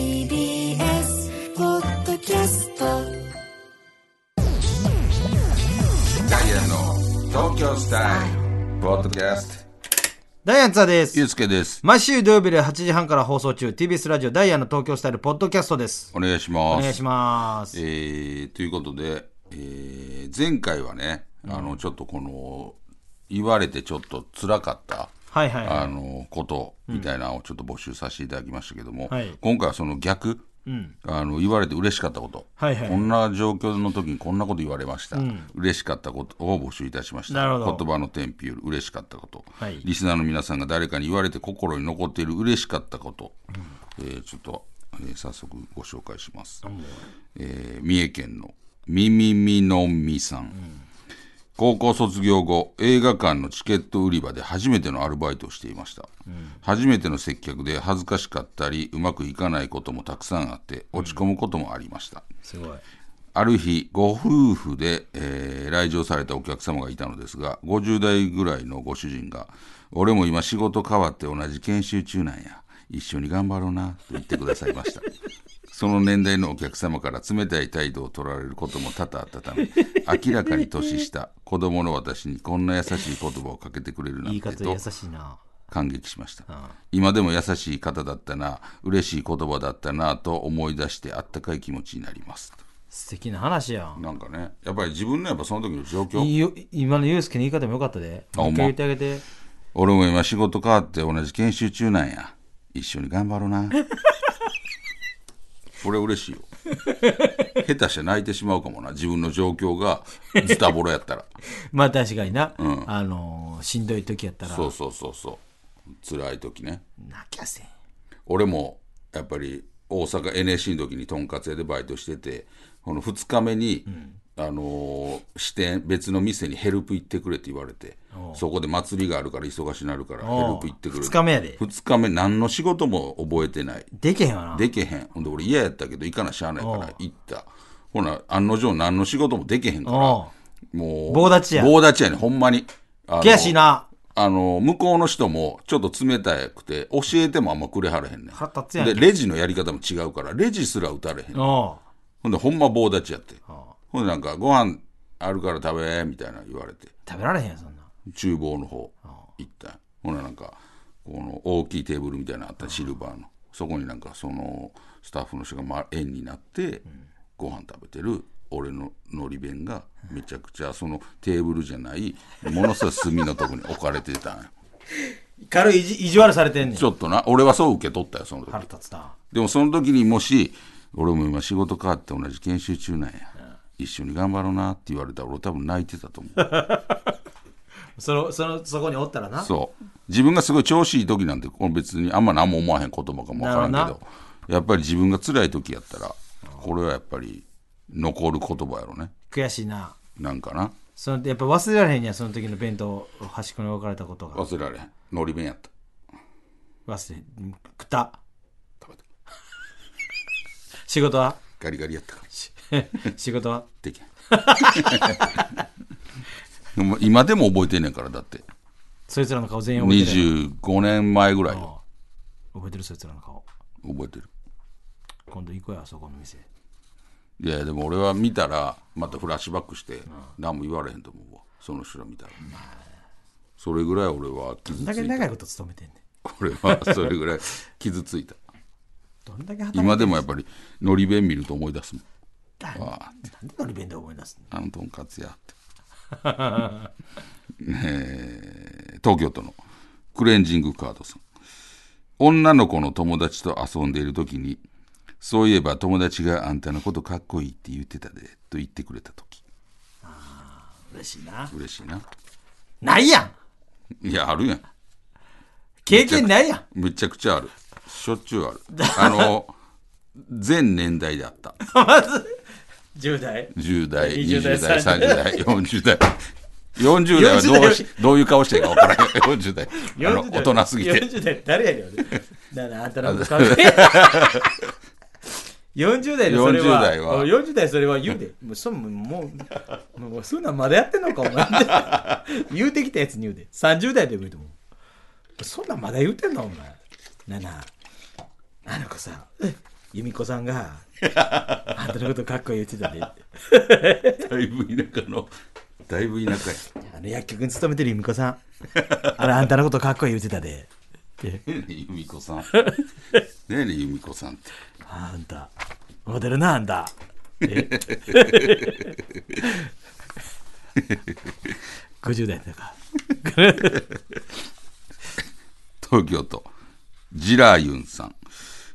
TBS ポッドキャストダイアンの東京スタイルポッドキャストダイアンツアでゆすう。すけです毎週土曜日で8時半から放送中、TBS ラジオダイアンの東京スタイルポッドキャストです。お願いしますお願いします。えーということで、えー前回はねあのちょっとこの言われてちょっと辛かったはいはいはあのことみたいなのをちょっと募集させていただきましたけども、はい今回はその逆、あの言われて嬉しかったこと、はいはいこんな状況の時にこんなこと言われました、嬉しかったことを募集いたしましたなるほど言葉の天日より嬉しかったこと、はいリスナーの皆さんが誰かに言われて心に残っている嬉しかったこと、えーちょっと、えー早速ご紹介します、えー三重県のみみみのんみさん高校卒業後映画館のチケット売り場で初めてのアルバイトをしていました、初めての接客で恥ずかしかったりうまくいかないこともたくさんあって落ち込むこともありました、い。すごい。ある日ご夫婦で、えー来場されたお客様がいたのですが50代ぐらいのご主人が「俺も今仕事変わって同じ研修中なんや一緒に頑張ろうな」と言ってくださいました その年代のお客様から冷たい態度を取られることも多々あったため明らかに年下子供の私にこんな優しい言葉をかけてくれるな言んいて方と優しいな。感激しました、今でも優しい方だったな嬉しい言葉だったなと思い出してあったかい気持ちになります素敵な話やん。なんかね、やっぱり自分のやっぱその時の状況、いいよ今のユースケの言い方もよかったで。あもほうん一ま回言ってあげて。俺も今仕事変わって同じ研修中なんや。一緒に頑張ろうな。 これ嬉しいよ。下手して泣いてしまうかもな、自分の状況がズタボロやったら。まあ確かにな。あのー、しんどい時やったら、そうそうそうそう。辛い時ね。泣きゃせん。俺もやっぱり大阪 NSC の時にとんかつ屋でバイトしててこの2日目に、あのー支店別の店にヘルプ行ってくれって言われてそこで祭りがあるから忙しになるからヘルプ行ってくれ二日目やで。 2日目何の仕事も覚えてないでけへんわな。でけへんほんで俺嫌やったけど行かなしゃあないから行ったほな案の定何の仕事もでけへんからおもうう棒立ちや棒立ちやねほんまにあの悔しいな。あの、向こうの人もちょっと冷たくて、教えてもあんまくれはれへんね腹立つん。やんけで、レジのやり方も違うから、レジすら打たれへん。おほんで、ほんま棒立ちやって。うほおうんで、なんか、ご飯あるから食べ、みたいな言われて、食べられへんやん、そんな。厨房の方行った。ほんで、なんか、この大きいテーブルみたいなのあった、シルバーの。そこになんか、その、スタッフの人がま円になって、ご飯食べてる。俺ののり弁がめちゃくちゃそのテーブルじゃないものすごい隅のとこに置かれてたんよ軽い意地意地悪されてんねんち。ょっとな、俺はそう受け取ったよ、その時。腹立つな。でもその時にもし、俺も今仕事変わって同じ研修中なんや。一緒に頑張ろうなって言われたら俺多分泣いてたと思 う。その、その、そこにおったらな。そう。自分がすごい調子いい時なんて、これ別にあんま何も思わへん言葉かもわからんなけるほど、やっぱり自分が辛い時やったら、これはやっぱり残る言葉やろね。悔しいな。なんかな。そのやっぱ忘れられへんやんその時の弁当を端っこに置かれたことが忘れられへん。のり弁やった。忘れん食った食べた。仕事は ガリガリやったから。仕事はで きへんでも今でも覚えてんねんから、だって。そいつらの顔全員覚えてるよ25年前ぐらいよ。覚えてるそいつらの顔覚えてる今度行こうよあそこの店いやいやでも俺は見たらまたフラッシュバックして何も言われへんと思うわその人ら見たらそれぐらい俺は傷どんだつけい長たいこと勤めてんねんこれはそれぐらい傷ついたどんだけ働いてんねん今でもやっぱりのり弁見ると思い出すもんなんなんでのり弁当思い出すのあのとんかつ屋って えー東京都のクレンジングカードさん女の子の友達と遊んでいる時にそういえば友達があんたのことかっこいいって言ってたでと言ってくれた時嬉しいな嬉しいなないやんいや、あるやん。経験ないやんめちゃくちゃある。しょっちゅうあ る。あの、全年代であった。まず10代10代、 20 20代代、 30 30代、40代。40代はどうし、どういう顔していいか分からへん。40代。あの、大人すぎて。 40代誰やねん俺だからあんたの顔 40代でそれは40代は40代それは言うでもうそもうもうもうそんなんまだやってんのかお前 言うてきたやつに言うで30代でもいいと思うそんなんまだ言うてんのお前なあなああの子さ由美子さんがあんたのことかっこいい言ってたでってだいぶ田舎のだいぶ田舎やあの薬局に勤めてる由美子さんあれあんたのことかっこいい言ってたでってねえね由美子さんねえね由美子さんってああんたモデルなあんたえ 50代だか東京都ジラユンさん、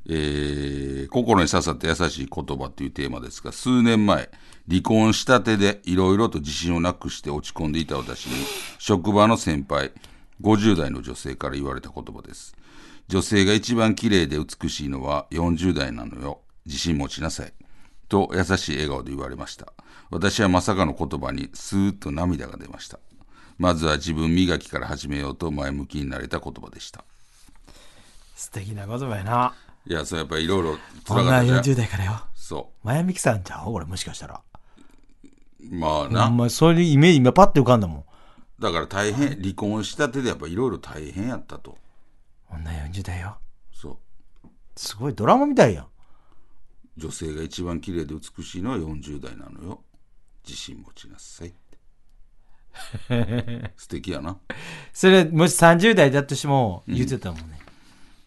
えー心に刺さった優しい言葉というテーマですが数年前離婚したてでいろいろと自信をなくして落ち込んでいた私に職場の先輩50代の女性から言われた言葉です女性が一番綺麗で美しいのは40代なのよ自信持ちなさいと優しい笑顔で言われました私はまさかの言葉にスーッと涙が出ましたまずは自分磨きから始めようと前向きになれた言葉でした素敵な言葉やないや、そうやっぱりいろいろつこんらかなったじゃ40ん。代からよそ前向きさんちゃう俺もしかしたらう。まあおな。前そういうイメージ今パッて浮かんだもんだから大変、離婚したてでやっぱいろいろ大変やったと。女40代よそすごいドラマみたいやんう。女性が一番綺麗で美しいのは40代なのよ。自信持ちなさい って。素敵やな。それもし30代だとしても言ってたもんね、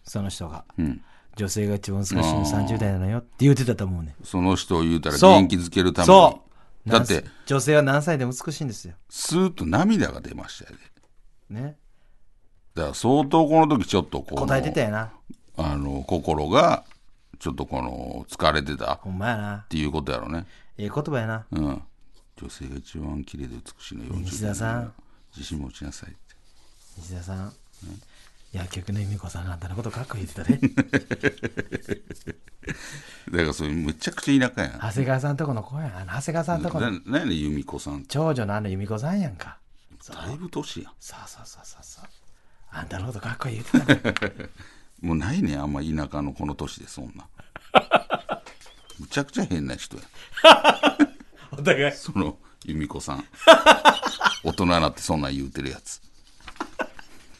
その人がうん。女性が一番難しいの30代なのよって言ってたと思うねその人を言うたらそう元気づけるために。そうだってなん、す女性は何歳でも美しいんですよスーッと涙が出ましたよね。ねだから相当この時ちょっとこの答えてたよなあの、心が、ちょっとこの、疲れてたっほんまやなていうことやろね。ええ言葉やなうん。女性が一番綺麗で美しいの40西田さん。自信持ちなさいって。西田さん薬局の由美子さんがあんたのことかっこいいって言って たねだからそれむちゃくちゃ田舎やん。長谷川さんとこの子やんあの長谷川さんとこなのなんやねん、由美子さんって。長女のあの由美子さんやんかそうだいぶ年やそうそうそうそうそうあんたのことかっこいい言ってたねん。もうないねん、あんま田舎のこの年でそん な。むちゃくちゃ変な人やん。 お互いその、由美子さん。大人になってそんなん言うてるやつ。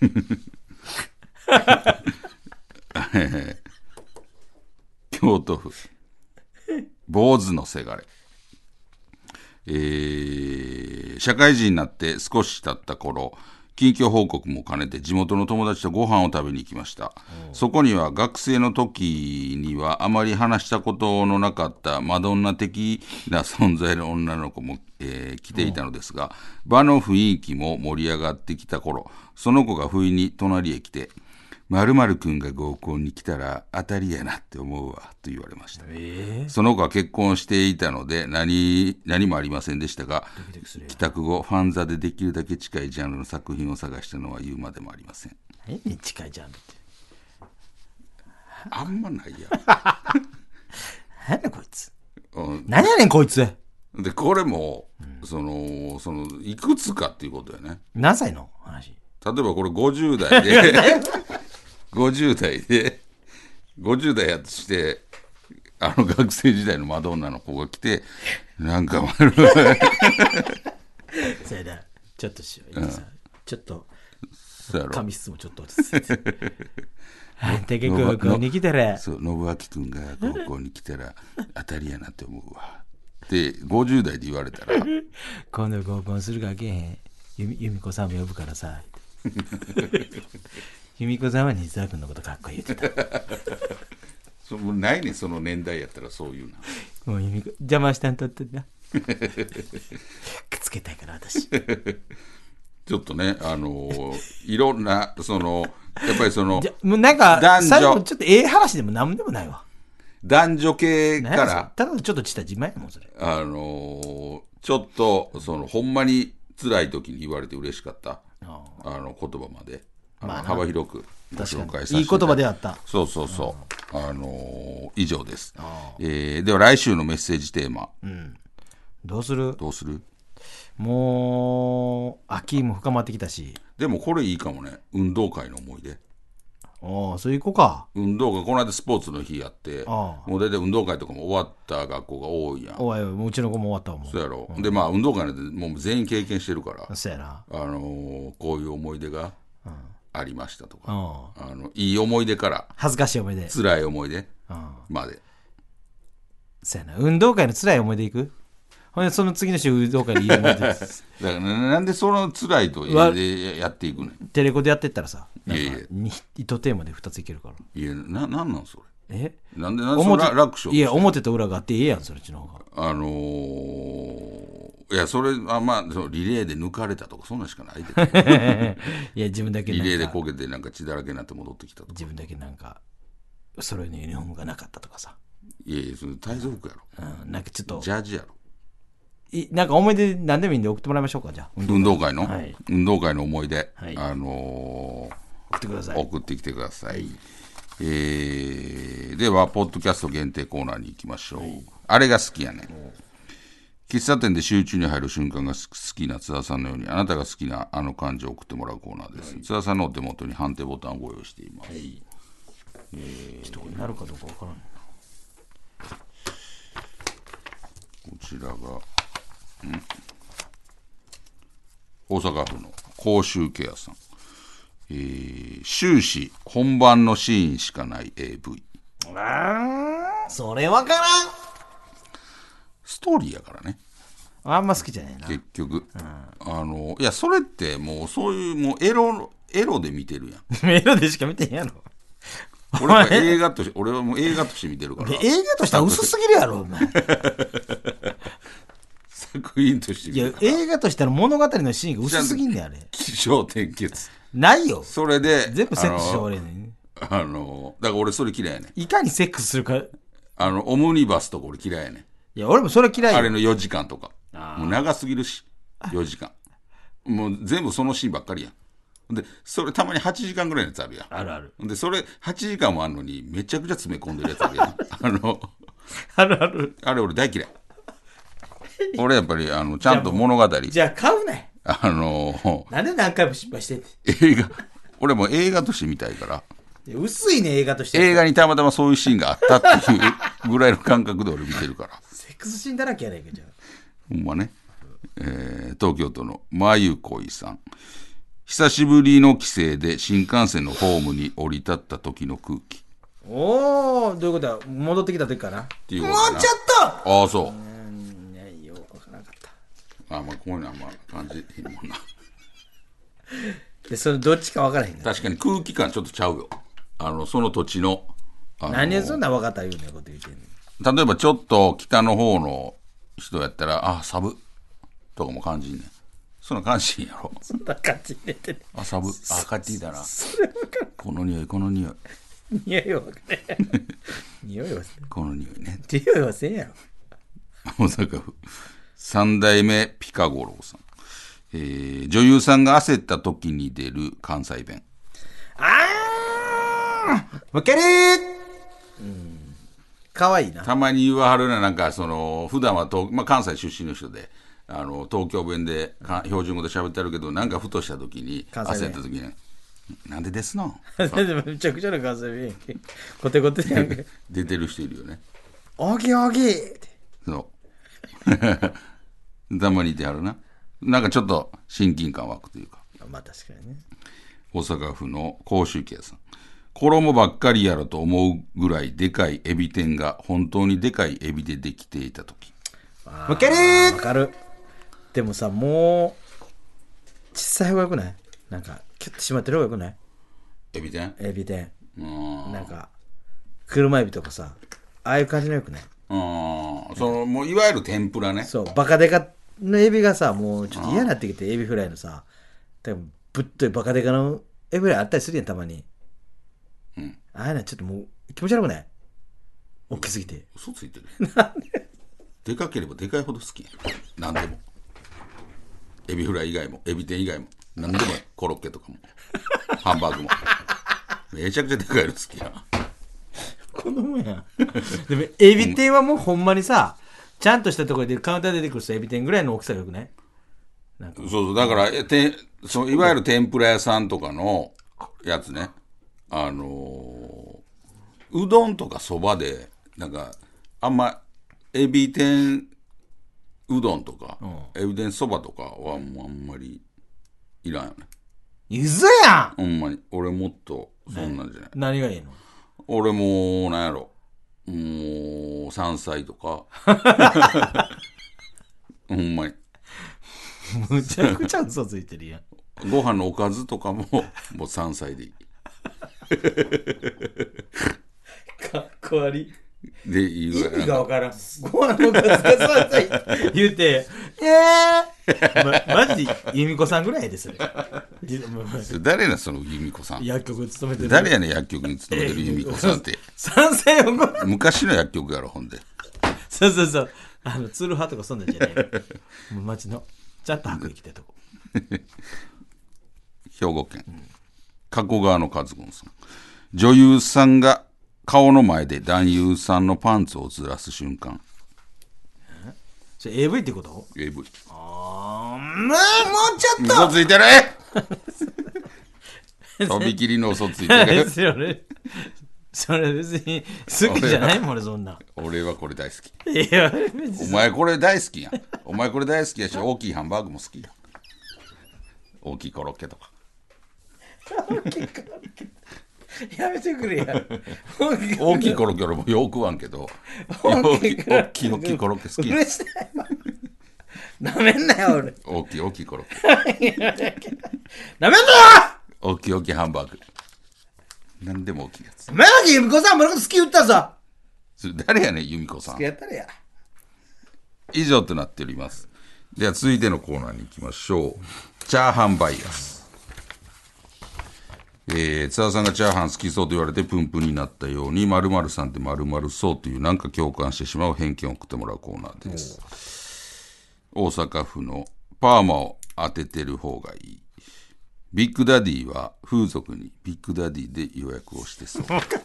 京都府坊主のせがれ、えー社会人になって少し経った頃近況報告も兼ねて地元の友達とご飯を食べに行きましたそこには学生の時にはあまり話したことのなかったマドンナ的な存在の女の子も、えー来ていたのですが場の雰囲気も盛り上がってきた頃その子が不意に隣へ来て〇〇くんが合コンに来たら当たりやなって思うわと言われましたええその子は結婚していたので何何もありませんでしたが帰宅後ファンザでできるだけ近いジャンルの作品を探したのは言うまでもありません何に近いじゃんってあんまないや何やねんこいつん、うん何やねんこいつでこれもそのそのいくつかっていうことやね何歳の話例えばこれ50代で50代で50代やとしてあの学生時代のマドンナの子が来てなんか丸々それだちょっとしよう、さちょっとそうやろ髪質もちょっと落ち着い てあんた結の構ここに来てるそう信明君が高校に来たら当たりやなって思うわで50代で言われたら今度合コンするかけへん由美由美子さんも呼ぶからさ 由美子さんは西沢君のことかっこいい言ってたそもうないねんその年代やったらそういうなもう由美子邪魔したんとってな くっつけたいから私ちょっとねあのーいろんなそのやっぱりそのじゃもうなんか男女最後ちょっとええ話でもなんでもないわ男女系か何やそれらただのちょっとちた自慢やもんそれあのーちょっとそのほんまに辛い時に言われて嬉しかったああの言葉まであのまあな幅広くご紹確か介させにいい言ただ葉きであったそうそうそう。あのー以上ですあ。えーでは来週のメッセージテーマ、どうするどうするもう秋も深まってきたしでもこれいいかもね。運動会の思い出。おおそういう子か運動会、この間スポーツの日やって、あもう大体運動会とかも終わった学校が多いやん。おいおいもううちの子も終わったわもそうやろ。で、まあ運動会なんてもう全員経験してるからう、そうやなあのーこういう思い出がありましたとうか、んあのいい思い出から恥ずかしい思いで辛い思い出うんまで。そうやな運動会の辛い思い出いくほんでその次の週運動会でいい思い出です だからななんでその辛いとやわでやっていくねんテレコでやってったらさなんかいやいやに糸テーマで2ついけるからいやななんなんそれえなんでなんでそれら楽勝いや表と裏があってええやんそれっちの方があのーいやそれあまあそのリレーで抜かれたとかそんなんしかないでいや自分だけなんリレかーで焦げてなんか血だらけになって戻ってきたとか自分だけなんかそれのユニフォームがなかったとかさ、いやいやそれ体操服やうん、なんかちょっろとジャージやろいなんか思い出何でもいいんで送ってもらいましょうかじゃあ送運動会の、はい運動会の思い出、はいあのーってください送ってきてください、えーではポッドキャスト限定コーナーに行きましょう、あれが好きやねん喫茶店で集中に入る瞬間が好きな津田さんのようにあなたが好きなあの漢字を送ってもらうコーナーです、津田さんのお手元に判定ボタンをご用意しています、ちょっとこれなるかどうかわからんこちらが、うん大阪府の甲州ケアさん、えー終始本番のシーンしかない AV それわからストーリーやからねんあんま好きじゃないな結局、あのいやそれってもうそういうもうエロエロで見てる やんメロでしか見てへんやろ俺は映画として俺はもう映画として見てる から映画としては薄すぎるやろお前作品として見いて やる映画としての物語のシーンが薄すぎんねんあれ起承転結ないよそれで全部セックスして終わありやねんのあのだから俺それ嫌いやねんいかにセックスするかいあのオムニバスとか俺嫌いやねんや俺もそれ嫌いあよれの4時間とかもう長すぎるし4時間もう全部そのシーンばっかりやんでそれたまに8時間ぐらいのやつあるやんあるあるでそれ8時間もあるのにめちゃくちゃ詰め込んでるやつあるや んあのあるあるあれ俺大嫌い。俺やっぱりあのちゃんと物語、あじゃあ買うなよのなんで何回も失敗してんねん映画、俺も映画として見たいから、いや薄いね映画として映画にたまたまそういうシーンがあったっていうぐらいの感覚で俺見てるから、セックスシーンだらけやないかじゃあほんまね。えー東京都のまゆこいさん。久しぶりの帰省で新幹線のホームに降り立った時の空気っおおどういうことや戻ってきた時かなていうことかなょっああ、そう。といやいやよくわからなかったあまあ、こういうのはあんま感じへんもんな。でそのどっちかわからへんから確かに空気感ちょっとちゃうよ。あの、その土地の。あの何でそんな分かったようなこと言うてんねん例えばちょっと北の方の人やったら、あ、サブとかも感じんねん。そんなん感じんやろ。そんな感じでてあ、サブ、あ、帰ってきたな。この匂い、この匂い、匂いは分からへん匂いはせんこの匂いね。匂いはせんやろ大阪府。三代目ピカゴロウさん。えー、女優さんが焦った時に出る関西弁。あー分かるかわいいなたまに言わはるな、なんかその、普段は東、まあ、関西出身の人で、あの、東京弁で、か標準語で喋ってあるけど、なんかふとした時に、関西焦弁った時に、なんでですの めちゃくちゃな感じでコテコテでなんか出てる人いるよね。 「おぎおぎ」って そう。たまにいてはるな。なんかちょっと親近感湧くというか。まあ確かにね大阪府の甲州家さん。衣ばっかりやろと思うぐらいでかいエビ天が本当にでかいエビでできていた時分かる分かるでもさもう小さい方がよくないなんかキュッてしまってる方がよくないエビ天エビ天うん。なんか車エビとかさああいう感じのよくないうん。その、もういわゆる天ぷらね。そうバカデカのエビがさもうちょっと嫌になってきてエビフライのさでもぶっといバカデカのエビフライあったりするやんたまにうんああいうのはちょっともう気持ち悪くない大きすぎて嘘ついてる。でかければでかいほど好きや。なんでも。エビフライ以外も、エビ天以外も、なんでもやコロッケとかも、ハンバーグも。めちゃくちゃでかいの好きや。子供やん でもエビ天はもうほんまにさちゃんとしたところでカウンターで出てくるさエビ天ぐらいの大きさがよくないそうそう、だから、えてそういわゆる天ぷら屋さんとかのやつね。あのーうどんとかそばで、なんか、あんま、エビ天うどんとか、エビ天そばとかはもうあんまりいらんよね。ゆずやんほんまに。俺もっと、そんなんじゃない。何がいいの俺も、なんやろ。もう、山菜と か。ほんまに。 むちゃくちゃ嘘ついてるやん。ご飯のおかずとかも、もう山菜でいい。かっこ悪い。で、いいぐ意らいなん味かがわからん。ご飯のカツカツはさ言うて、えー、ま、マジで由美子さんぐらいですよ。じもう誰なその由美子さん薬局勤めてる。誰やねん薬局に勤めてる由美子さんって賛成をご昔の薬局やろほんでそうそうそう。あの、ツルハとかそんなんじゃないよ。もうマジの、ちゃんと白衣着てるとこ。兵庫県加古川の和子さん女優さんが顔の前で男優さんのパンツをずらす瞬間それ AV ってこと AV 嘘あー、まあ、もうちょっついてる 飛び切りの嘘ついて とるですよね。それ別に好きじゃないもん、俺そんな。俺はこれ大好きいや、別にお前これ大好きやんお前これ大好きやし大きいハンバーグも好きや大きいコロッケとかやめてくれや。大きいコロッケ俺もよく食わんけど大きい大きい大きいコロッケ好きやんしい。なめんなよ、俺。大きい大きいコロッケなめんなよ大きい大きいハンバーグ何でも大きいやつお前だけ由美子さん、俺のこと好き言ったぞそれ誰やねん由美子さんやったらや。以上となっておりますでは続いてのコーナーに行きましょうチャーハンバイアスえー、津田さんがチャーハン好きそうと言われてプンプンになったように〇〇さんって〇〇そうというなんか共感してしまう偏見を送ってもらうコーナーです大阪府のパーマを当ててる方がいいビッグダディは風俗にビッグダディで予約をしてそう確か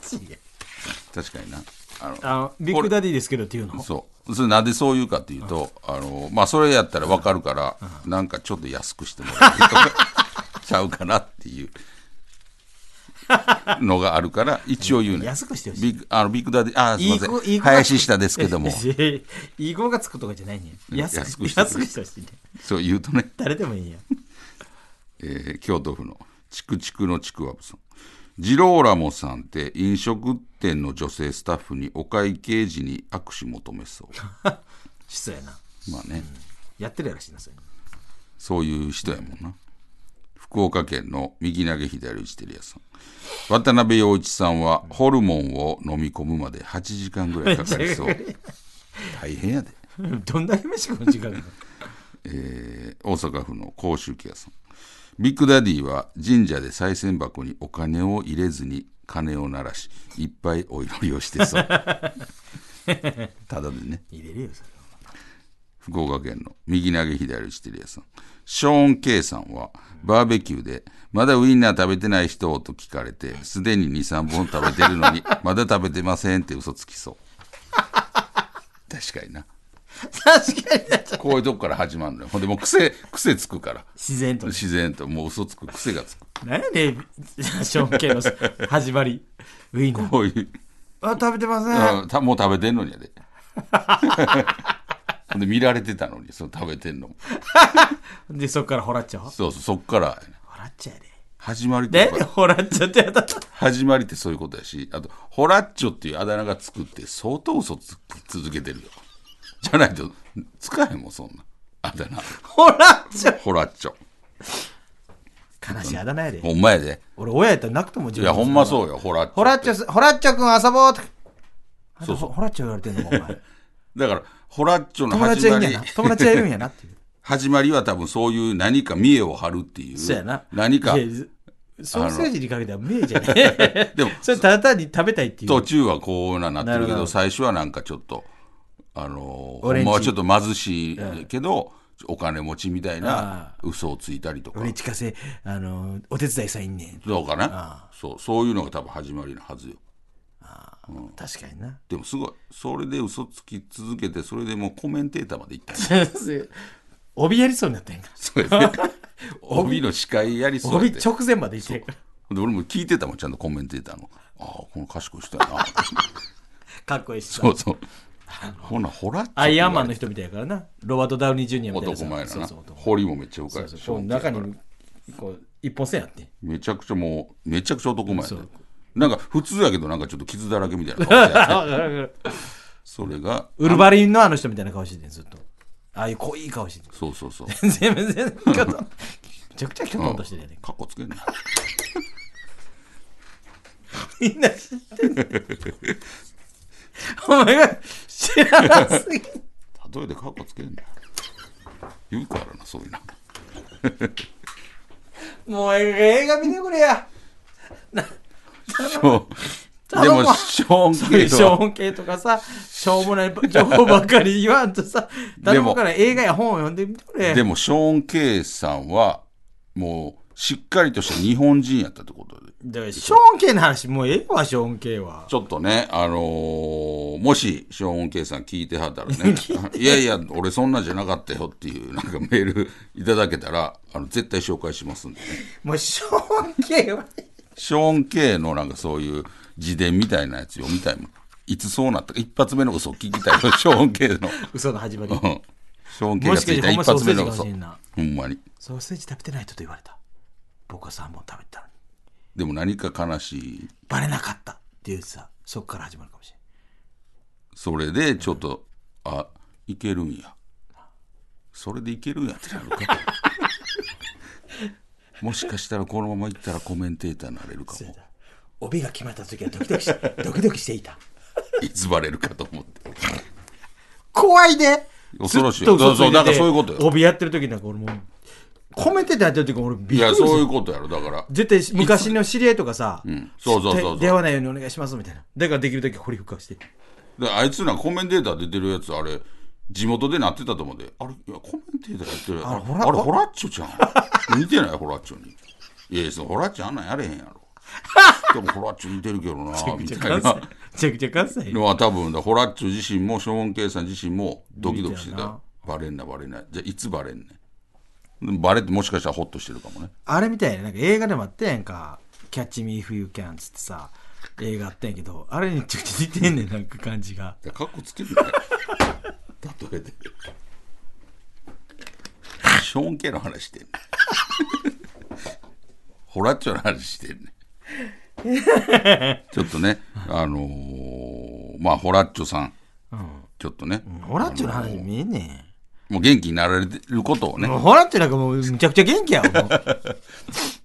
になあの あの、ビッグダディですけどっていうの。そう。それなんでそう言うかっていうと、あの、まあ、それやったらわかるから、なんかちょっと安くしてもらえると かちゃうかなっていうのがあるから、一応言うね。安くしてほしいビッグ、あの、ビッグダディ、あ、すいませいい子いいん。子が林下ですけど も、えいい子がつくとかじゃないねん。安安くくししててくれ安くしてほしいね。そう言うとね、誰でもいいやん。えー京都府のチクチクのちくわぶさん。ジローラモさんって飲食店の女性スタッフにお会計時に握手求めそう。 失礼な。まあね。やってるやろしなさい。そういう人やもんな。福岡県の右投げ左打ちテリアさん。渡辺陽一さんはホルモンを飲み込むまで8時間ぐらいかかりそう。大変やで。 どんだけ飯食う時間か。えー大阪府の甲州家屋さん。ビッグダディは神社で賽銭箱にお金を入れずに鐘を鳴らし、いっぱいお祈りをしてそう。ただでね。入れるよ、それは。福岡県の右投げ左打ちテリアさん。ショーン・ケイさんは、バーベキューで、まだウインナー食べてない人と聞かれて、すでに2、3本食べてるのに、 まだ食べてませんって嘘つきそう。確かにな。確かにな。こういうとこから始まるのよ。ほんでもう癖、癖つくから。自然とね。自然と、もう嘘つく癖がつく。何やねん、ショーン・ケイの始まり。ウィンナー。こういう、あ、食べてません。あたもう食べてんのにやで。 ほんで見られてたのに、そう食べてんの。で、そっからホラッチャホそうそう、そっからやね、ラッチャやで。始まりとなんかでホラッチャってやったの始まりってそういうことやし、あと、ホラッチョっていうあだ名がつくって相当嘘つき続けてるよ。じゃないと、つかへんもん、そんな。あだ名。ホラッチャホラッチョ。悲しいあだ名やで。ほんまやで。俺、親やったら泣くとも自いや、ほんまう。そうよ、ホラッチョ。ホラッチャす、ホラッチャ君遊ぼうとか。そそううそうホラッチャ言われてんのか、お前。だから、ホラッチョの 友始達まはいるんりやな。。友達はいるんやなっていう。始まりは多分そういう何か見栄を張るっていう。そうやな。何かい、やソーセージにかけたら名じゃねでも それただ単に食べたいっていう。途中はこうななってるけなるほど、ど最初はなんかちょっと、あのー、ほオレんンジまはちょっと貧しいけど、お金持ちみたいなあ嘘をついたりとか。俺、近瀬、あの、お手伝いさんいんねん。どうかなそう、そういうのが多分始まりのはずよ。確かにな。 でもすごい。それで嘘つき続けて、それでもうコメンテーターまで行った。帯やりそうになったんやんか。 そう やね帯の司会やりそうや帯で。直前までいってんから。で俺も聞いてたもん、ちゃんとコメンテーターの。ああ、この賢い人やな。 かっこいいしさそ。うそう。ほな、ほらっちゃアイアンマンの人みたいやからな。ロバート・ダウニー・ジュニアみたいなさ。男前やそうなそう。男堀もめっちゃうかいそうそうこう中に、こう、一本線あって。めちゃくちゃもう、めちゃくちゃ男前やでそう なんか普通やけど、なんかちょっと傷だらけみたいな顔してやわかるわかるそれがウルヴァリンのあの人みたいな顔しててずっとああいう濃い顔しててそうそうそう全然全然キョトンめちゃくちゃキョトンとして るよね、カッコつけんなみんな知ってるお前が知らなすぎ例えでカッコつけんな言うからなそういうなもう映画見てくれやショーンで頼むもわショーン・シケイトョはーン系とかさしょうもない情報ばっかり言わんとさで頼もむから映画や本を読んでみてくれでもショーン・ケイさんはもうしっかりとした日本人やったってことでだからショーン系の話もうええわショーン系はちょっとねあのーもしショーン・ケイさん聞いてはったら ねいやいや俺そんなんじゃなかったよっていうなんかメールいただけたらあの絶対紹介しますんでねもうショーン系はショーン・ケイのなんかそういう自伝みたいなやつ読みたいもん。いつそうなったか、一発目の嘘を聞きたいよショーン・ケイの。嘘の始まりうんショーン・ケイもがつしかしいてたほん一まソー発セ目ージのか嘘。もしれんなほんまに。ソーセージ食べてない人と言われた僕は3本食べたのにでも何か悲しい。バレなかったっていうさそこから始まるかもしれないそれでちょっと、あ、いけるんや。それでいけるんやってなるか。 もしかしたらこのままいったらコメンテーターになれるか も。帯が決まった時はドキド キしドキドキしていたいつバレるかと思って。怖いで恐ろしいずっと嘘そうそうつててだからそういうことよ帯やってる時なんか俺もうコメンテーターやってる時俺びっくりいや、するそういうことやろ。だから。絶対昔の知り合いとかさ、んそうそうそうそう絶対出会わないようにお願いしますみたいなだからできるだけ掘り深くしてであいつらコメンテーター出てるやつあれ地元でなってたと思うであれいやコメンテーターやってるやつああれれホホララッチョちゃ ん似てないホラッチョにいやそのホラッチョあんなんやれへんや ろでもホラッチョ似てるけどなみめちたいゃくちゃな関西めちゃくちゃ関西のは多分だホラッチョ自身もショーン・ケイさん自身もドキドキして見てやたバレんなバレんなじゃあいつバレんねんでもバレってもしかしたらホッとしてるかもねあれみたいななんか映画でもあったやんか「キャッチ・ミー・フユー・キャン」つってさ映画あったんやけどあれにちょっと似てんねんなんか感じがいやカッコつけるから例えてショーン・ケイの話してんねホラッチョの話してんねちょっとねあのーまあホラッチョさんうんちょっとね、ホラッチョの話見えねもう元気になられてることをえねもうホラッチョなんかもうむちゃくちゃ元気やも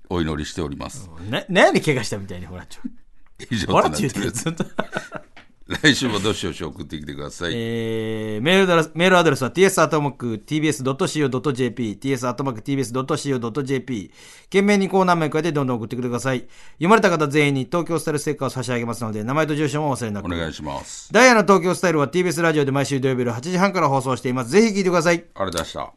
お祈りしておりますうな何やねん怪我したみたいにホラッチョ以上とホラなッっチてョる言ってずっと来週もどしどし送ってきてください、えーメールアドレスメールアドレスは ts.tbs.co.jp ts.tbs.co.jp 懸命にコーナー名を変えてどんどん送ってください読まれた方全員に東京スタイルステッカーを差し上げますので名前と住所もお忘れなくお願いしますダイヤの東京スタイルは TBS ラジオで毎週土曜日の8時半から放送しています。ぜひ聞いてください。あれ出した